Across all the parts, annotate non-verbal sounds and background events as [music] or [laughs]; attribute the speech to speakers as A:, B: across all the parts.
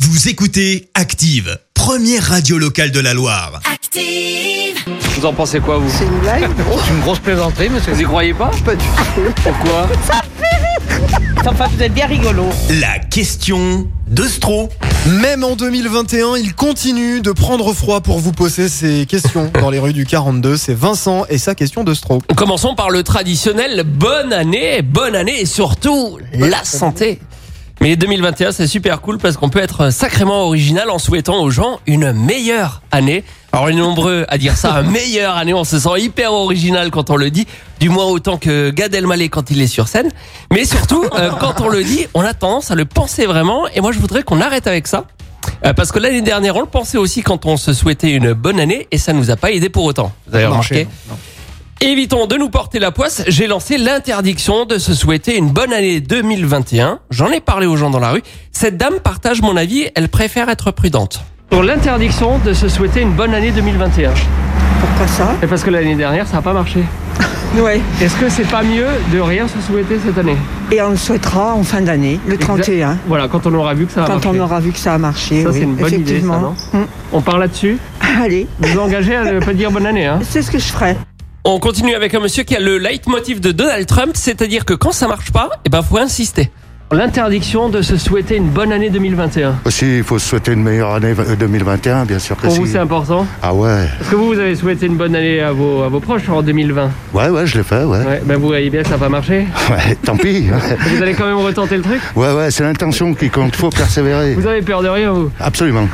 A: Vous écoutez Active, première radio locale de la Loire.
B: Active.
C: Vous en pensez quoi, vous
D: C'est une blague
C: C'est une grosse plaisanterie, monsieur. Vous y croyez pas
D: Pas du tout.
C: Pourquoi
D: Enfin, vous êtes bien rigolo.
A: La question de Stro.
E: Même en 2021, il continue de prendre froid pour vous poser ces questions dans les rues du 42. C'est Vincent et sa question de Stro.
F: Commençons par le traditionnel bonne année, bonne année et surtout la santé. Mais 2021, c'est super cool parce qu'on peut être sacrément original en souhaitant aux gens une meilleure année. Alors, on est nombreux à dire ça, une meilleure année, on se sent hyper original quand on le dit, du moins autant que Gad Elmaleh quand il est sur scène. Mais surtout, euh, quand on le dit, on a tendance à le penser vraiment. Et moi, je voudrais qu'on arrête avec ça. Euh, parce que l'année dernière, on le pensait aussi quand on se souhaitait une bonne année et ça nous a pas aidé pour autant. Vous avez remarqué Évitons de nous porter la poisse, j'ai lancé l'interdiction de se souhaiter une bonne année 2021. J'en ai parlé aux gens dans la rue. Cette dame partage mon avis, elle préfère être prudente. Pour l'interdiction de se souhaiter une bonne année 2021.
D: Pourquoi ça
F: Et parce que l'année dernière, ça n'a pas marché.
D: Ouais.
F: Est-ce que c'est pas mieux de rien se souhaiter cette année
D: Et on le souhaitera en fin d'année, le 31.
F: Voilà, quand on aura vu que ça a
D: Quand on aura vu que ça a marché,
F: Ça,
D: oui,
F: c'est une bonne idée, ça,
D: effectivement.
F: On parle là-dessus.
D: Mm. Allez,
F: Vous vous engagez à ne pas dire bonne année, hein
D: c'est ce que je ferai.
F: On continue avec un monsieur qui a le leitmotiv de Donald Trump, c'est-à-dire que quand ça marche pas, eh ben faut insister. L'interdiction de se souhaiter une bonne année 2021.
G: Aussi, Bah, il faut se souhaiter une meilleure année euh, 2021, bien sûr que
F: Pour
G: si.
F: vous, c'est important
G: Ah ouais,
F: Parce que vous, vous avez souhaité une bonne année à vos, à vos proches en 2020.
G: ouais, ouais, je l'ai fait, ouais.
F: Ouais, ben vous voyez bien que ça n'a pas marché.
G: Ouais,
F: [laughs]
G: tant pis. ouais.
F: Vous allez quand même retenter le truc.
G: Ouais, ouais, c'est l'intention qui compte, faut persévérer.
F: Vous avez peur de rien, vous.
G: Absolument.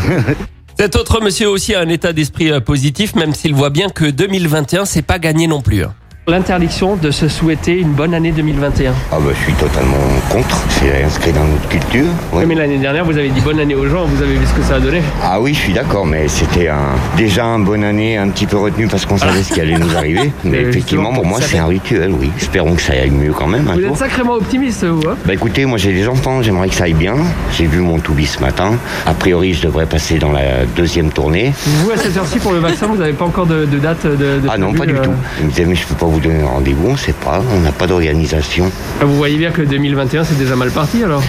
F: Cet autre monsieur aussi a un état d'esprit euh, positif, même s'il voit bien que 2021, c'est pas gagné non plus. hein. L'interdiction de se souhaiter une bonne année 2021.
H: Ah bah, je suis totalement contre, c'est inscrit dans notre culture. oui.
F: Mais l'année dernière, vous avez dit bonne année aux gens, vous avez vu ce que ça a donné.
H: Ah oui, je suis d'accord, mais c'était un, déjà un bonne année, un petit peu retenu parce qu'on savait ce qui allait nous
F: [laughs]
H: arriver. Mais
F: Euh,
H: effectivement,
F: justement,
H: pour moi,
F: ça
H: c'est un rituel, oui. Espérons que ça aille mieux quand même un
G: Ah
F: Vous
H: jour.
F: êtes sacrément optimiste, vous. Hein
H: Bah écoutez, moi j'ai des enfants, j'aimerais que ça aille bien. J'ai vu mon Toubi ce matin. A priori, je devrais passer dans la deuxième tournée.
F: vous, à cette heure-ci, pour le vaccin, vous n'avez pas encore de, de date de, de
H: Ah non,
F: prévue,
H: pas du
F: euh.
H: tout. Je me disais, mais je peux pas vous donner rendez-vous, on sait pas, on n'a pas d'organisation.
F: Ah, Vous voyez bien que 2021, c'est déjà mal parti, alors.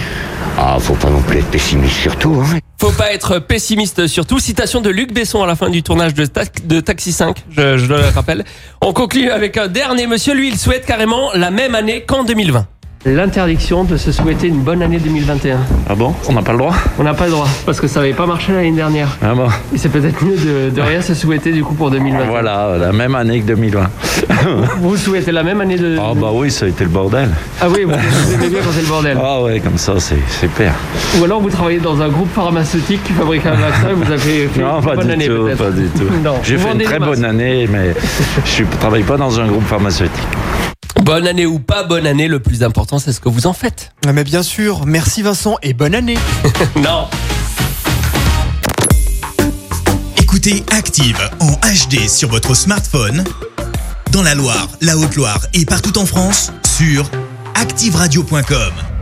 H: Ah, faut pas non plus être pessimiste surtout, hein.
F: Faut pas être pessimiste surtout. Citation de Luc Besson à la fin du tournage de, Ta- de Taxi 5, je, je le rappelle. On conclut avec un dernier monsieur. Lui, il souhaite carrément la même année qu'en 2020. L'interdiction de se souhaiter une bonne année 2021.
I: Ah bon On n'a pas le droit
F: On n'a pas le droit, parce que ça n'avait pas marché l'année dernière.
I: Ah bon
F: Et c'est peut-être mieux de, de rien se souhaiter du coup pour 2021.
I: Voilà, la même année que 2020.
F: Vous souhaitez la même année de.
I: Ah bah oui, ça a été le bordel.
F: Ah oui, vous, vous aimez bien quand c'est le bordel.
I: Ah ouais, comme ça, c'est c'est père.
F: Ou alors vous travaillez dans un groupe pharmaceutique qui fabrique un vaccin et vous avez fait
I: Non,
F: une
I: pas
F: bonne
I: du,
F: année
I: tout,
F: peut-être.
I: pas du tout.
F: [laughs] Non,
I: J'ai
F: vous
I: fait une
F: vendez
I: très
F: des masques.
I: bonne année, mais je ne travaille pas dans un groupe pharmaceutique.
F: Bonne année ou pas bonne année, le plus important c'est ce que vous en faites.
E: Ah, Mais bien sûr, merci Vincent et bonne année.
F: Non.
A: Écoutez Active en HD sur votre smartphone, dans la Loire, la Haute-Loire et partout en France, sur activeradio.com.